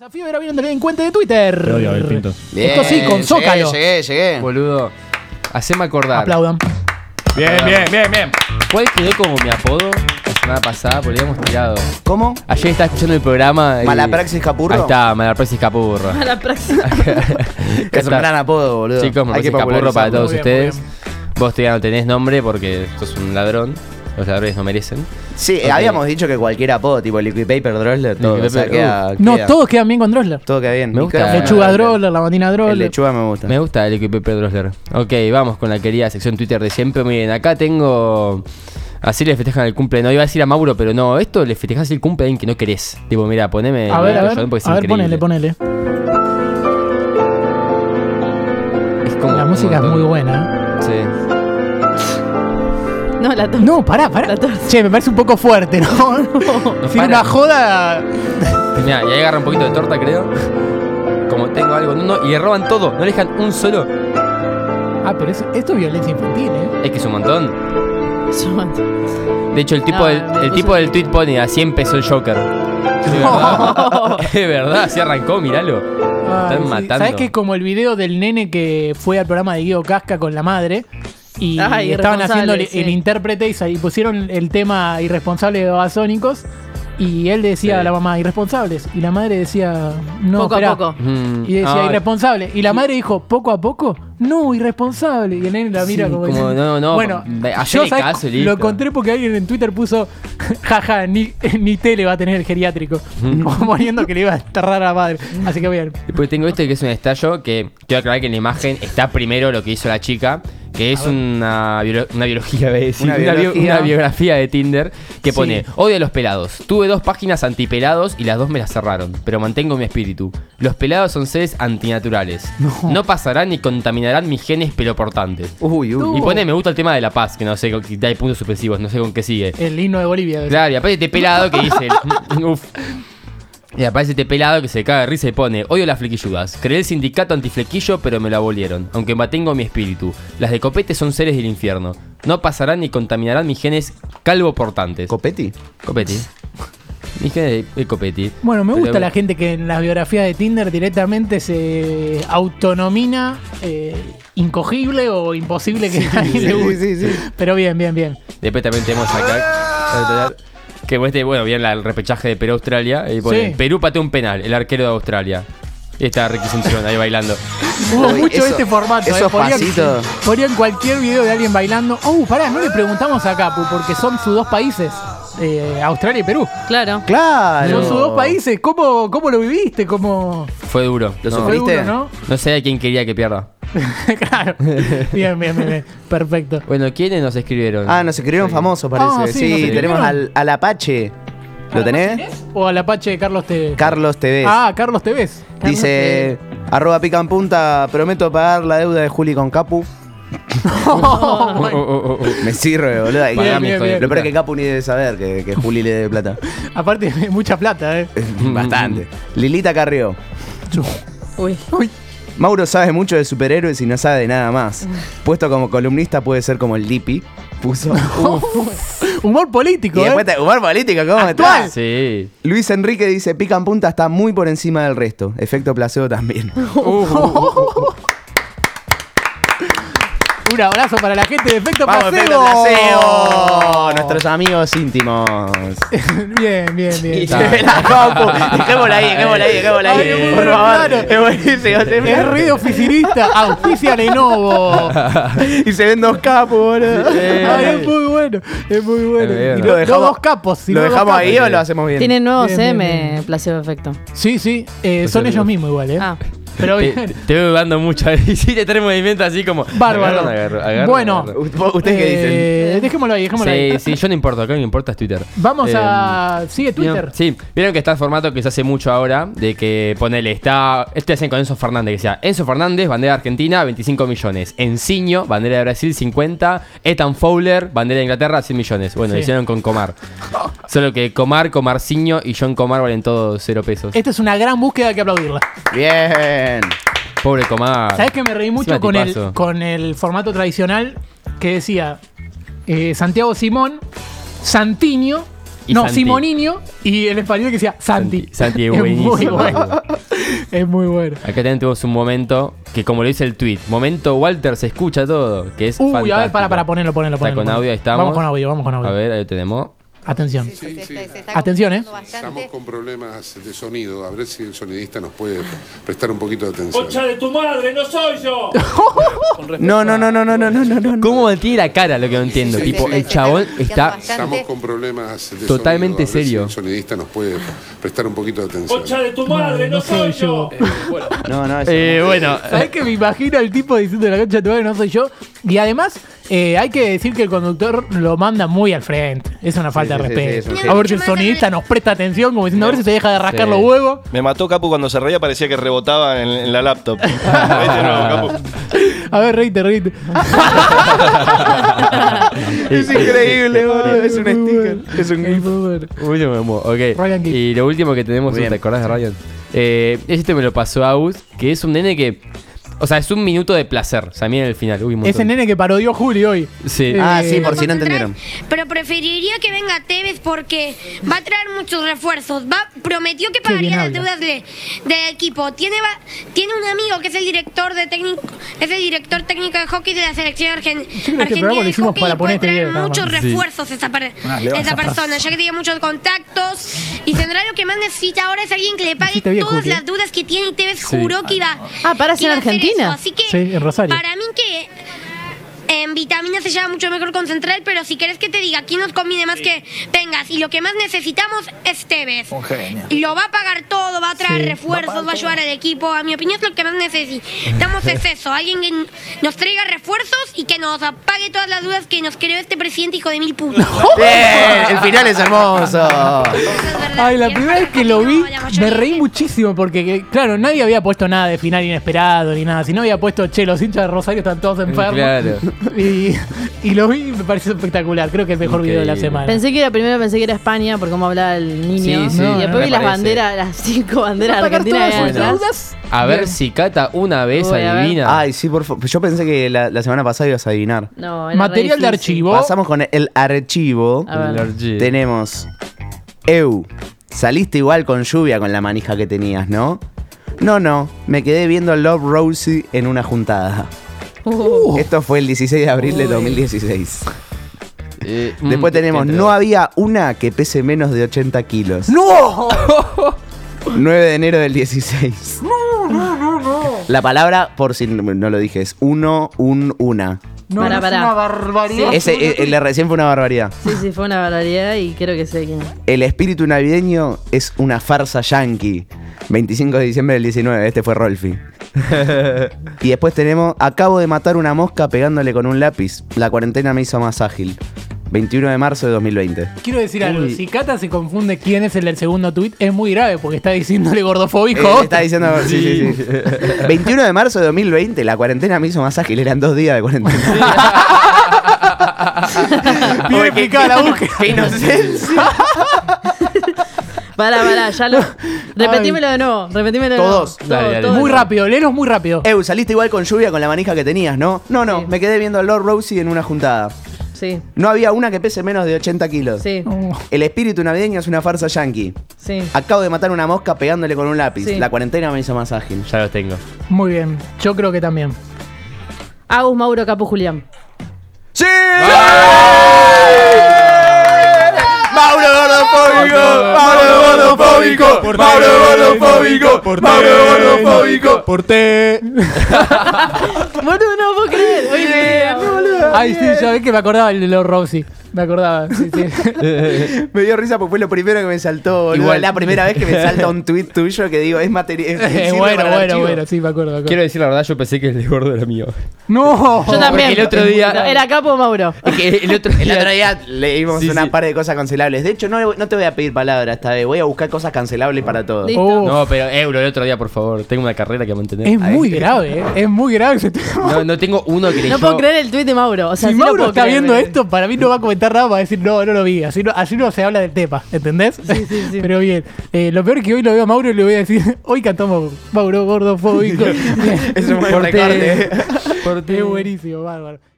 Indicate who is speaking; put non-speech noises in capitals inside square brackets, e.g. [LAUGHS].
Speaker 1: Desafío era bien en cuenta de Twitter.
Speaker 2: Te odio, Abel Pinto.
Speaker 1: Esto sí, con
Speaker 3: llegué,
Speaker 1: Zócalo.
Speaker 3: Llegué, llegué.
Speaker 4: [LAUGHS] Boludo, haceme acordar.
Speaker 1: Aplaudan.
Speaker 5: Ah.
Speaker 2: Bien, bien, bien, bien.
Speaker 4: ¿Cuál quedó como mi apodo la semana pasada? Porque lo habíamos tirado.
Speaker 3: ¿Cómo?
Speaker 4: Ayer estaba escuchando el programa. y-
Speaker 3: ¿Malapraxis Capurro?
Speaker 4: Ahí está, Malapraxis Capurro. [LAUGHS]
Speaker 6: la próxima.
Speaker 3: Es un gran apodo, boludo.
Speaker 4: Chicos,
Speaker 3: Hay que
Speaker 4: Malapraxis Capurro para
Speaker 3: popularizarlo.
Speaker 4: todos
Speaker 1: Muy bien, muy
Speaker 4: ustedes. Vos todavía no tenés nombre porque sos un ladrón. Los ladrones no merecen.
Speaker 3: Sí, eh,
Speaker 4: Ok.
Speaker 3: habíamos dicho que cualquier apodo, tipo Liquid Paper, Drossler, todo.
Speaker 4: Liquid
Speaker 3: o sea,
Speaker 4: Paper, uh.
Speaker 3: queda,
Speaker 1: No,
Speaker 3: queda-
Speaker 1: todos quedan bien con Drossler.
Speaker 3: Todo queda bien.
Speaker 4: Me
Speaker 3: Y
Speaker 4: gusta.
Speaker 3: queda-
Speaker 1: Lechuga Droller, Lavatina
Speaker 3: El
Speaker 1: Droller.
Speaker 3: Ah, lechuga me gusta.
Speaker 4: Me gusta el equipo de Pedro Sler. Ok, vamos con la querida sección Twitter de siempre. Miren, acá tengo. Así le festejan el cumple. No iba a decir a Mauro, pero no, esto le festejas el cumple a alguien que no querés. Tipo, mira, poneme.
Speaker 1: A ver, a
Speaker 4: Elton
Speaker 1: ver.
Speaker 4: John porque es
Speaker 1: A ver,
Speaker 4: increíble.
Speaker 1: ponele, ponele.
Speaker 4: Es como
Speaker 1: La
Speaker 4: un
Speaker 1: música es
Speaker 4: montón.
Speaker 1: muy buena. ¿eh?
Speaker 4: Sí.
Speaker 6: No, la torta.
Speaker 1: No, pará, pará.
Speaker 6: La torta.
Speaker 1: Che, me parece un poco fuerte, ¿no? [LAUGHS] Si
Speaker 4: para.
Speaker 1: una joda.
Speaker 4: Mira, y ahí agarra un poquito de torta, creo. [LAUGHS] Como tengo algo. No, no, y le roban todo. No le dejan un solo.
Speaker 1: Ah, pero es- esto es violencia infantil, ¿eh?
Speaker 4: Es que es un montón.
Speaker 6: Yo-
Speaker 4: De hecho, el tipo,
Speaker 6: No,
Speaker 1: Ah,
Speaker 4: del,
Speaker 6: me
Speaker 4: el
Speaker 6: puso
Speaker 4: tipo del
Speaker 6: triste.
Speaker 4: tweet pone así empezó el
Speaker 1: [LAUGHS]
Speaker 4: Joker. Es verdad. [LAUGHS] Es verdad, así arrancó, miralo.
Speaker 1: Ay, sí.
Speaker 4: matando.
Speaker 1: ¿Sabes que es como el video del nene que fue al programa de Guido Casca con la madre? Y
Speaker 6: Ay,
Speaker 1: estaban haciendo el,
Speaker 6: irresponsable,
Speaker 1: el
Speaker 6: sí.
Speaker 1: intérprete y, sa- y pusieron el tema irresponsable de Babasónicos. Y él decía
Speaker 4: Sí.
Speaker 1: a la mamá, irresponsables. Y la madre decía, no,
Speaker 6: poco
Speaker 1: esperá.
Speaker 6: a poco.
Speaker 4: Mm,
Speaker 1: Y decía,
Speaker 4: ay,
Speaker 1: irresponsable. Y la madre dijo, poco a poco, no, irresponsable. Y el nene la
Speaker 4: Sí,
Speaker 1: mira como,
Speaker 4: como,
Speaker 1: diciendo,
Speaker 4: no, no,
Speaker 1: Bueno,
Speaker 4: ve- hacele
Speaker 1: yo ¿sabes?
Speaker 4: caso y listo".
Speaker 1: lo encontré porque alguien en Twitter puso, [LAUGHS] jaja, ni, [LAUGHS] ni tele va a tener el geriátrico. [LAUGHS] Como poniendo que le iba a enterrar a la madre. Así que bien.
Speaker 4: Después tengo este que es un estallo que quiero aclarar que en la imagen está primero lo que hizo la chica, que es una, biolo- una biología, voy a decir,
Speaker 3: Una
Speaker 4: una, bio-
Speaker 3: biología.
Speaker 4: una biografía de Tinder que
Speaker 1: Sí.
Speaker 4: pone, odio a los pelados, tuve dos páginas antipelados y las dos me las cerraron, pero mantengo mi espíritu. Los pelados son seres antinaturales, no, pasarán ni contaminarán mis genes peloportantes.
Speaker 3: Uy, uy.
Speaker 4: Y pone, me gusta el tema de la paz, que no sé, con- que hay puntos suspensivos, no sé con qué sigue.
Speaker 1: El himno de Bolivia.
Speaker 4: Claro, y aparece este pelado que dice. [LAUGHS] Uf. Y aparece este pelado que se caga de risa y pone: Odio las flequilludas. Creé el sindicato antiflequillo, pero me lo abolieron. Aunque mantengo mi espíritu. Las de copete son seres del infierno. No pasarán ni contaminarán mis genes calvo portantes.
Speaker 3: ¿Copetti?
Speaker 4: copete. Mis genes de, de copete.
Speaker 1: Bueno, me
Speaker 4: Pero-
Speaker 1: gusta la gente que en las biografías de Tinder directamente se autonomina eh, incogible o imposible [LAUGHS] que a alguien le guste. Pero bien, bien, bien.
Speaker 4: Después también tenemos acá. Que bueno, este, bueno, bien la- el repechaje de Perú Australia. Y pone,
Speaker 1: Sí.
Speaker 4: Perú pateó un penal, el arquero de Australia. Y está Ricky Centurión ahí bailando.
Speaker 1: Hubo
Speaker 3: Uy,
Speaker 1: mucho
Speaker 3: eso-
Speaker 1: de este formato.
Speaker 3: esos
Speaker 1: eh. Ponían,
Speaker 3: pasitos.
Speaker 1: ponían cualquier video de alguien bailando. Oh, pará, no le preguntamos a Capu, porque son sus dos países, eh, Australia y Perú.
Speaker 6: Claro.
Speaker 3: Claro.
Speaker 1: Son sus dos países. ¿Cómo, cómo lo viviste? ¿Cómo
Speaker 4: Fue duro.
Speaker 3: ¿Lo
Speaker 4: No.
Speaker 1: fue
Speaker 3: sufriste?
Speaker 1: duro, no? [LAUGHS]
Speaker 4: No sé a quién quería que pierda.
Speaker 3: [LAUGHS]
Speaker 1: claro. Bien, bien, bien, bien. Perfecto.
Speaker 4: Bueno, ¿quiénes nos escribieron?
Speaker 3: Ah, nos escribieron famosos, parece.
Speaker 1: Ah, sí, nos
Speaker 3: sí, tenemos
Speaker 1: escribieron.
Speaker 3: al, al Apache. ¿Lo tenés?
Speaker 1: O al Apache de Carlos TV.
Speaker 3: Carlos TV.
Speaker 1: ah, Carlos Tevez.
Speaker 3: Dice, arroba pica en punta, prometo pagar la deuda de Juli con Capu.
Speaker 4: Oh, oh, oh, oh, oh.
Speaker 3: [LAUGHS] Me sirve, boludo. Ahí
Speaker 4: Pará,
Speaker 1: Bien,
Speaker 3: queda.
Speaker 4: mi
Speaker 1: bien,
Speaker 4: hijo de
Speaker 1: bien.
Speaker 3: Lo peor es que
Speaker 4: puta.
Speaker 3: Capu ni debe saber que, que Juli le debe plata.
Speaker 1: Aparte, [LAUGHS] mucha plata, ¿eh?
Speaker 3: [LAUGHS] Bastante. Lilita Carrió.
Speaker 6: Uy.
Speaker 3: Mauro sabe mucho de superhéroes y no sabe de nada más. Puesto como columnista puede ser como el Lipi. [LAUGHS] Puso.
Speaker 1: Humor político,
Speaker 3: y
Speaker 1: ¿eh?
Speaker 3: después te- humor político, ¿cómo
Speaker 1: Actual.
Speaker 3: estás?
Speaker 4: Sí.
Speaker 3: Luis Enrique dice, pica en punta está muy por encima del resto. Efecto placebo [LAUGHS] también.
Speaker 1: Un abrazo para la gente de Efecto
Speaker 3: ¡Vamos, efecto
Speaker 1: Placebo.
Speaker 3: placebo! Nuestros amigos [LAUGHS] íntimos.
Speaker 1: [LAUGHS] bien, bien, bien.
Speaker 3: La compu. Dejémosla ahí, dejémosla ahí, dejémosla
Speaker 1: Ay, es
Speaker 3: ahí.
Speaker 1: muy
Speaker 3: Por favor.
Speaker 1: claro.
Speaker 3: Es buenísimo. se me-
Speaker 1: Es ruido oficinista, auspicia
Speaker 3: [LAUGHS]
Speaker 1: Lenovo.
Speaker 3: Y se ven dos capos, boludo. [LAUGHS]
Speaker 1: Ay,
Speaker 3: eh,
Speaker 1: es muy bueno, es muy bueno.
Speaker 4: Es bien.
Speaker 1: Y
Speaker 4: Lo
Speaker 1: no- no dos capos, sino
Speaker 3: ¿Lo
Speaker 1: dos
Speaker 3: dejamos
Speaker 1: capos.
Speaker 3: ahí o lo hacemos bien?
Speaker 6: Tienen nuevos,
Speaker 1: Bien,
Speaker 6: eh,
Speaker 1: bien,
Speaker 6: me placebo efecto.
Speaker 1: Sí, sí, eh,
Speaker 4: Pues
Speaker 1: son ellos mismos igual, ¿eh?
Speaker 6: Ah.
Speaker 1: Pero
Speaker 4: Te,
Speaker 1: bien,
Speaker 4: te veo dudando mucho. [LAUGHS] Hiciste tres movimientos así como.
Speaker 1: bárbaro.
Speaker 4: Agarro, agarro, agarro,
Speaker 1: bueno,
Speaker 4: agarro.
Speaker 3: U- ¿Ustedes qué dicen?
Speaker 1: eh, dejémoslo ahí, dejémoslo ahí.
Speaker 4: Sí, sí, yo no importo. Acá lo que importa es Twitter.
Speaker 1: Vamos
Speaker 4: Eh,
Speaker 1: a. Sigue Twitter.
Speaker 4: vieron- Sí, vieron que está el formato que se hace mucho ahora, de que ponele, está, este hacen con Enzo Fernández, que sea Enzo Fernández, bandera argentina, 25 millones, Enciño, bandera de Brasil, 50, Ethan Fowler, bandera de Inglaterra, 100 millones. Bueno,
Speaker 1: Sí.
Speaker 4: lo hicieron
Speaker 1: [LAUGHS]
Speaker 4: con Comar. Solo que Comar, Comarciño y John Comar valen todos cero pesos.
Speaker 1: Esta es una gran búsqueda que aplaudirla.
Speaker 3: Bien.
Speaker 4: Pobre Comar.
Speaker 1: ¿Sabes que me reí mucho
Speaker 4: Encima
Speaker 1: con el,
Speaker 4: tipazo.
Speaker 1: con el formato tradicional que decía eh, Santiago Simón, Santiño
Speaker 4: y
Speaker 1: no,
Speaker 4: Santi.
Speaker 1: Simoniño y el español que decía Santi. [LAUGHS]
Speaker 4: Santi, Santi es
Speaker 1: muy
Speaker 4: buenísimo.
Speaker 1: bueno. [LAUGHS] Es muy bueno.
Speaker 4: Acá también tuvimos un momento que, como lo dice el tweet, momento Walter se escucha todo, que es
Speaker 1: Uy, a ver,
Speaker 4: fantástico.
Speaker 1: para, para, ponerlo, ponerlo,
Speaker 4: Está
Speaker 1: ponerlo.
Speaker 4: con audio, ahí estamos.
Speaker 1: Vamos con audio, vamos con audio.
Speaker 4: A ver, ahí lo tenemos.
Speaker 1: Atención.
Speaker 7: Sí, sí.
Speaker 1: Atención, ¿eh?
Speaker 7: Estamos con problemas de sonido. A ver si el sonidista nos puede prestar un poquito de atención.
Speaker 8: ¡Concha de tu madre, no soy yo!
Speaker 3: No, no, no, no, no, no, no, no, no.
Speaker 4: ¿Cómo mantiene la cara lo que no entiendo?
Speaker 7: Sí, sí,
Speaker 4: tipo,
Speaker 7: sí,
Speaker 4: el
Speaker 7: sí,
Speaker 4: chabón
Speaker 7: sí,
Speaker 4: está.
Speaker 7: Estamos con problemas de
Speaker 4: Totalmente
Speaker 7: sonido. A
Speaker 4: serio.
Speaker 7: ver Si el sonidista nos puede prestar un poquito de atención.
Speaker 8: ¡Concha de tu madre, no soy yo!
Speaker 3: No, no, es- [LAUGHS]
Speaker 4: Eh, bueno,
Speaker 1: ¿Sabes que me imagino al tipo diciendo la concha de tu madre no soy yo? Y además, eh, hay que decir que el conductor lo manda muy al frente. Es una falta
Speaker 3: sí,
Speaker 1: de
Speaker 3: sí,
Speaker 1: respeto.
Speaker 3: sí, es un
Speaker 1: a ver si el sonidista nos presta atención, como diciendo, a ver si se deja de rascar
Speaker 4: Sí.
Speaker 1: los huevos.
Speaker 5: Me mató Capu cuando se reía, parecía que rebotaba en, en la
Speaker 3: [LAUGHS]
Speaker 5: laptop. Vete de nuevo, Capu.
Speaker 1: A ver, reíte, reíte.
Speaker 3: es increíble, boludo. Es un sticker. Es un
Speaker 1: Es
Speaker 3: gif.
Speaker 1: muy bueno.
Speaker 4: Uy, yo me muevo. Ok.
Speaker 1: Ryan Giggs.
Speaker 4: Y lo último que tenemos,
Speaker 3: Muy bien.
Speaker 4: ¿te acordás de Ryan? Eh, este me lo pasó Agus, que es un nene que. O sea, es un minuto de placer. O sea, miren el final. Uy, un montón.
Speaker 1: Ese nene que parodió Juli hoy.
Speaker 4: Sí.
Speaker 1: Eh,
Speaker 3: Ah, sí, por si no entendieron.
Speaker 9: Pero preferiría que venga Tevez porque va a traer muchos refuerzos. Va, prometió que
Speaker 1: bien
Speaker 9: pagaría las
Speaker 1: habla.
Speaker 9: deudas de- del equipo. Tiene, va- tiene un amigo que es el director de técnico, es el director técnico de hockey de la selección argen-
Speaker 1: programa
Speaker 9: argentina.
Speaker 1: lo
Speaker 9: de
Speaker 1: hicimos
Speaker 9: hockey
Speaker 1: para
Speaker 9: y puede
Speaker 1: ponerte
Speaker 9: traer
Speaker 1: bien, nada
Speaker 9: muchos
Speaker 1: más.
Speaker 9: refuerzos esa, per- esa persona, ya que tiene muchos contactos y tendrá lo que más necesita ahora es alguien que le pague
Speaker 1: Hiciste bien,
Speaker 9: todas
Speaker 1: Juli, ¿eh?
Speaker 9: las dudas que tiene y Tevez juró que iba.
Speaker 6: Ah, para
Speaker 9: que
Speaker 6: ser
Speaker 9: iba a hacer
Speaker 6: Argentina.
Speaker 9: eso. Así que
Speaker 1: Sí, en Rosario.
Speaker 9: para mí que en vitamina se lleva mucho mejor con Central, pero si querés que te diga quién nos conviene más que vengas y lo que más necesitamos es Tevez. Lo va a pagar todo, va a traer
Speaker 1: Sí.
Speaker 9: refuerzos, va, a ayudar al equipo. A mi opinión es lo que más necesitamos es eso, alguien que n- nos traiga refuerzos y que nos apague todas las dudas que nos creó este presidente hijo de mil putas.
Speaker 3: Bien, el final es hermoso. [LAUGHS]
Speaker 9: Eso es verdad.
Speaker 1: Ay, la
Speaker 9: Y
Speaker 1: primera vez que lo vi,
Speaker 9: no, la mayoría
Speaker 1: me reí
Speaker 9: de-
Speaker 1: muchísimo porque, que, claro, nadie había puesto nada de final inesperado ni nada. Si no había puesto, che, los hinchas de Rosario están todos enfermos.
Speaker 4: Claro.
Speaker 1: [LAUGHS] Y, y lo vi y me pareció espectacular. Creo que el mejor video de la
Speaker 4: Increíble.
Speaker 1: semana.
Speaker 6: Pensé que era primero, pensé que era España por cómo hablaba el niño.
Speaker 4: Sí, sí,
Speaker 6: y
Speaker 1: no,
Speaker 6: después vi
Speaker 4: me
Speaker 6: las
Speaker 4: parece.
Speaker 6: banderas, las cinco banderas
Speaker 1: ¿Vas a pagar
Speaker 6: argentinas.
Speaker 1: todas
Speaker 6: que hay
Speaker 1: sus
Speaker 4: bueno.
Speaker 6: atrás.
Speaker 1: deudas?
Speaker 4: A ver
Speaker 1: Bien.
Speaker 4: si Cata una vez
Speaker 6: Voy a ver.
Speaker 4: adivina.
Speaker 3: Ay, sí, por favor. Yo pensé que la, la semana pasada ibas a adivinar.
Speaker 6: No, era re
Speaker 1: Material de
Speaker 6: difícil.
Speaker 1: archivo.
Speaker 3: Pasamos con el archivo.
Speaker 6: A ver.
Speaker 4: El orgullo.
Speaker 3: Tenemos. Eu, saliste igual con lluvia con la manija que tenías, ¿no? No, no, me quedé viendo Love Rosie en una juntada.
Speaker 6: Uh,
Speaker 3: Esto fue el 16 de abril de
Speaker 6: Uy.
Speaker 3: 2016.
Speaker 4: Eh, mm,
Speaker 3: Después
Speaker 4: ¿qué
Speaker 3: tenemos,
Speaker 4: entró?
Speaker 3: no había una que pese menos de 80 kilos.
Speaker 1: ¡No!
Speaker 3: 9 de enero del 16. No, no, no, no. La palabra, por si no no lo dije, es uno, un, una.
Speaker 1: No,
Speaker 6: Pará,
Speaker 1: no,
Speaker 6: pará.
Speaker 1: es una barbaridad.
Speaker 3: Ese, eh, el de recién fue una barbaridad.
Speaker 6: sí, sí, fue una barbaridad y creo que sé quién.
Speaker 3: El espíritu navideño es una farsa yankee. 25 de diciembre del 19, este fue Rolfi. y después tenemos, acabo de matar una mosca pegándole con un lápiz. La cuarentena me hizo más ágil. 21 de marzo de 2020.
Speaker 1: Quiero decir algo. Si Cata se confunde quién es el del segundo tuit, es muy grave porque está diciéndole
Speaker 3: Eh,
Speaker 1: gordofóbico. [LAUGHS]
Speaker 3: está diciendo, sí, sí, sí. 21 de marzo de 2020, la cuarentena me hizo más ágil, eran dos días de cuarentena.
Speaker 1: Bien explicada la búsqueda.
Speaker 3: ¡Qué [LAUGHS] inocencia!
Speaker 6: Pará, pará,
Speaker 1: [LAUGHS]
Speaker 6: ya lo. Repetímelo de nuevo, repetímelo de nuevo.
Speaker 3: Todos.
Speaker 6: Todo,
Speaker 4: Dale, dale.
Speaker 6: todo de
Speaker 1: Muy
Speaker 6: nuevo.
Speaker 1: rápido, léelos muy rápido.
Speaker 3: Eu, Eh, saliste igual con lluvia con la manija que tenías, ¿no? No, no, me quedé viendo a Lord Rosie en una juntada.
Speaker 6: Sí,
Speaker 3: No había una que pese menos de 80 kilos.
Speaker 6: sí,
Speaker 1: Mm,
Speaker 3: El espíritu navideño es una farsa yankee.
Speaker 6: sí.
Speaker 3: Acabo de matar una mosca pegándole con un lápiz.
Speaker 6: Sí.
Speaker 3: La cuarentena me hizo más ágil.
Speaker 4: Ya los tengo.
Speaker 1: Muy bien. Yo creo que también.
Speaker 6: Agus Mauro Capu Julián.
Speaker 3: ¡Sí! ¡Mauro gordofóbico! ¡Mauro gordofóbico! ¡Mauro gordofóbico! ¡Mauro gordofóbico!
Speaker 6: Boludo, no puedo creer. Muy bien.
Speaker 1: Ay, sí, ya ves que me acordaba el de los Rousey. Me acordaba. Sí,
Speaker 6: [LAUGHS]
Speaker 1: sí.
Speaker 3: [LAUGHS] Me dio risa porque fue lo primero que me saltó. boludo.
Speaker 4: Igual.
Speaker 3: la primera vez que me salta [LAUGHS] un tweet tuyo que digo,
Speaker 1: [LAUGHS]
Speaker 3: es material.
Speaker 1: Eh, bueno, bueno, bueno, sí, me acuerdo. me acuerdo.
Speaker 4: [LAUGHS] Quiero decir la verdad, yo pensé que el de gordo era mío.
Speaker 1: No, Oh,
Speaker 6: Yo también.
Speaker 4: Porque el otro día-
Speaker 6: No, Era Capo Mauro.
Speaker 4: [LAUGHS] Es que el otro
Speaker 3: El
Speaker 4: día- [LAUGHS]
Speaker 3: otro día leímos
Speaker 4: Sí,
Speaker 3: una
Speaker 4: sí.
Speaker 3: par de cosas cancelables. De hecho, no, no te voy a pedir palabras esta vez. Voy a buscar cosas cancelables para todos.
Speaker 6: Listo.
Speaker 1: Oh,
Speaker 4: No, pero euro el otro día, por favor. Tengo una carrera que mantener.
Speaker 1: es muy grave, eh. es muy grave ese tema.
Speaker 4: No, no tengo uno que le
Speaker 6: No puedo creer el tuit de Mauro. O sea,
Speaker 1: si
Speaker 6: sí lo
Speaker 1: Mauro
Speaker 6: puedo
Speaker 1: está
Speaker 6: creer,
Speaker 1: viendo
Speaker 6: pero-
Speaker 1: esto, para mí no va a comentar nada, va a decir, no, no lo vi. Así no, así no se habla del tema, ¿entendés?
Speaker 6: sí, sí.
Speaker 1: [LAUGHS] Pero bien, eh, lo peor que hoy lo veo a Mauro y le voy a decir, hoy cantamos
Speaker 6: [LAUGHS]
Speaker 1: Mauro Gordo Fóbico.
Speaker 3: [LAUGHS] Es un buen
Speaker 1: Corté.
Speaker 3: recorte.
Speaker 1: Corté buenísimo, bárbaro.